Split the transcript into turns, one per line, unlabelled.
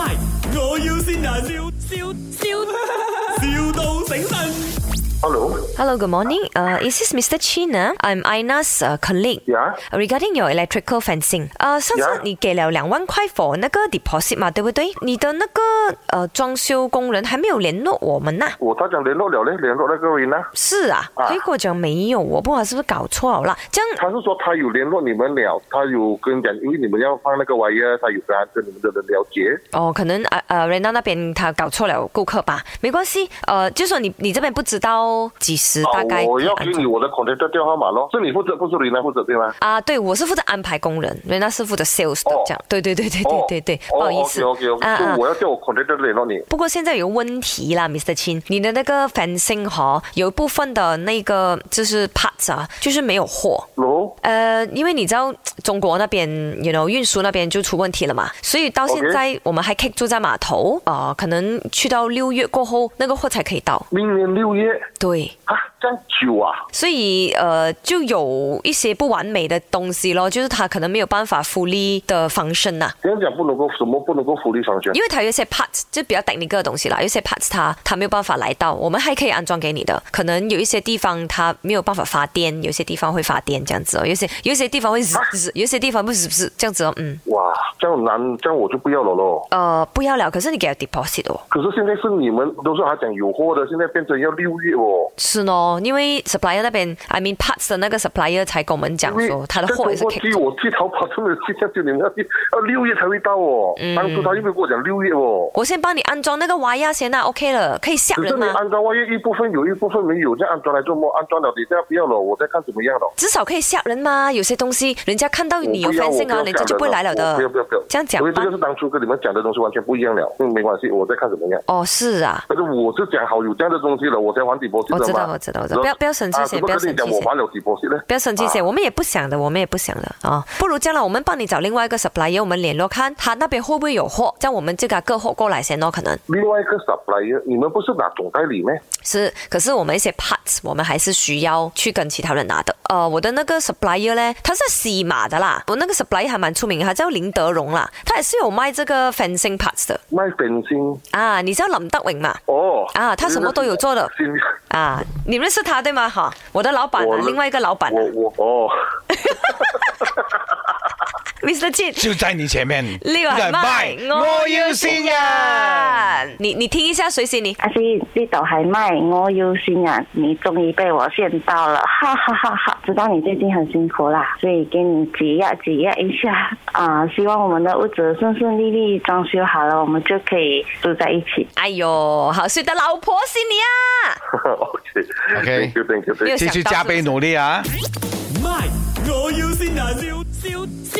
我要先人，笑笑笑，, 笑到醒神。
Hello.
Hello, good morning. Uh, is this Mr. Chin? ah? I'm Ina's uh, colleague.
Yeah.
Regarding your electrical fencing，呃，上次
Yeah.
你给了两万块 for 那个 deposit 嘛，对不对？你的那个呃装修工人还没有联络我们呐、
我他讲联络了嘞，联络那个人呢、
是啊，
啊
结果讲没有，我不知道是不是搞错了。这样
他是说他有联络你们了，他有跟你讲，因为你们要放那个玩意儿，他有跟他跟你们的人了解。
哦，可能呃呃 r e n a 那边他搞错了顾客吧，没关系。呃，就说你你这边不知道几时大概、
哦我要给你我的 contact 电话号码咯，是你负责，不是你来负责对吗？
啊，对，我是负责安排工人，人家是负责 sales 的
哦，
这样。对对对对对哎对对，不好意思，
o k OK，
啊啊
我要叫我 contact 联络你。
不过现在有问题啦，Mr. Chin，你的那个 fencing 哈，有一部分的那个就是 parts 啊，就是没有货。
喽，
呃，因为你知道中国那边，you know，运输那边就出问题了嘛，所以到现
OK
在我们还 keep 住在码头，啊，可能去到六月过后，那个货才可以到。
明年六月
对，
啊，这样久啊？
所以呃，就有一些不完美的东西咯，就是它可能没有办法福利的啊防身呐、
这样讲不能够什么不能够福利双全
因为它有一些 parts 就比较 technical 的东西啦，有一些 parts 它它没有办法来到，我们还可以安装给你的。可能有一些地方它没有办法发电，有些地方会发电这样子哦，有些有些地方会
啊
滋滋，有些地方不是不是这样子哦，嗯，
哇，这样难，这样我就不要了咯。
呃，不要了，可是你给了 deposit 哦。
可是现在是你们都是他讲有货的，现在变成要六月哦。
是喏，因为 supplier 那边，I mean parts 的那个 supplier 才跟我们讲
因为
说，他的货也是
我
keep
寄我寄淘宝真的寄下去，你们要要六月才会到哦。
嗯
当初他又没有跟我讲六月哦。
我先帮你安装那个娃呀先啦、o k 了，可以吓
可是
人
你
吗？
安装万一一部分有一部分没有，这样安装来做么？安装了，你现在不要了，我再看怎么样了。
至少可以吓人嘛，有些东西人家看到你有
我不要
fencing 啊，
我不要
人家就不会来了
我
的。
不要不要不要，
这样讲
因为
吧
这个。是当初跟你们讲的东西完全不一样了。嗯，没关系，我再看怎么样。
哦，是啊，
但是我是讲好有这样的东西了，我才还底波息的嘛。
我知道我知道我知道不要不要生气
啊怎
先
么
不要
跟你
生气
讲我
先
还了底波息呢？啊
不要生气先，我们也不想的，我们也不想的啊。不如这样了，我们帮你找另外一个 supplier，我们联络看他那边会不会有货，这样我们就给他各货过来先咯。可能
另外一个 supplier，你们不是拿总代理咩？
是，可是我们一些 parts 我们还是需要去跟其他人拿的。呃，我的那个 supplier 呢，他是西马的啦，我那个 supplier 还蛮出名，他叫林德荣啦，他也是有卖这个 fencing parts 的
卖本金
啊。你知道林德荣嘛？
哦。
啊，他什么都有做的
新
啊。你认识他对吗？哈，我的老板、
我
啊，
认
另外一个老板、啊、
我我哦，
，Mr. Jin。
就在你前面。呢
呢個係咪
我要先人。
你你听一下，谁是你？
阿西，呢度系麦，我要先人，你终于被我骗到了， 哈哈哈哈！知道你最近很辛苦啦，所以给你解压解压一下啊、希望我们的屋子顺顺利利装修好了，我们就可以住在一起。
哎呦，好睡的老婆是你啊！
OK thank
OK 啊
you thank you thank you。
没有
继续加倍努力啊！
My，我要先人，笑笑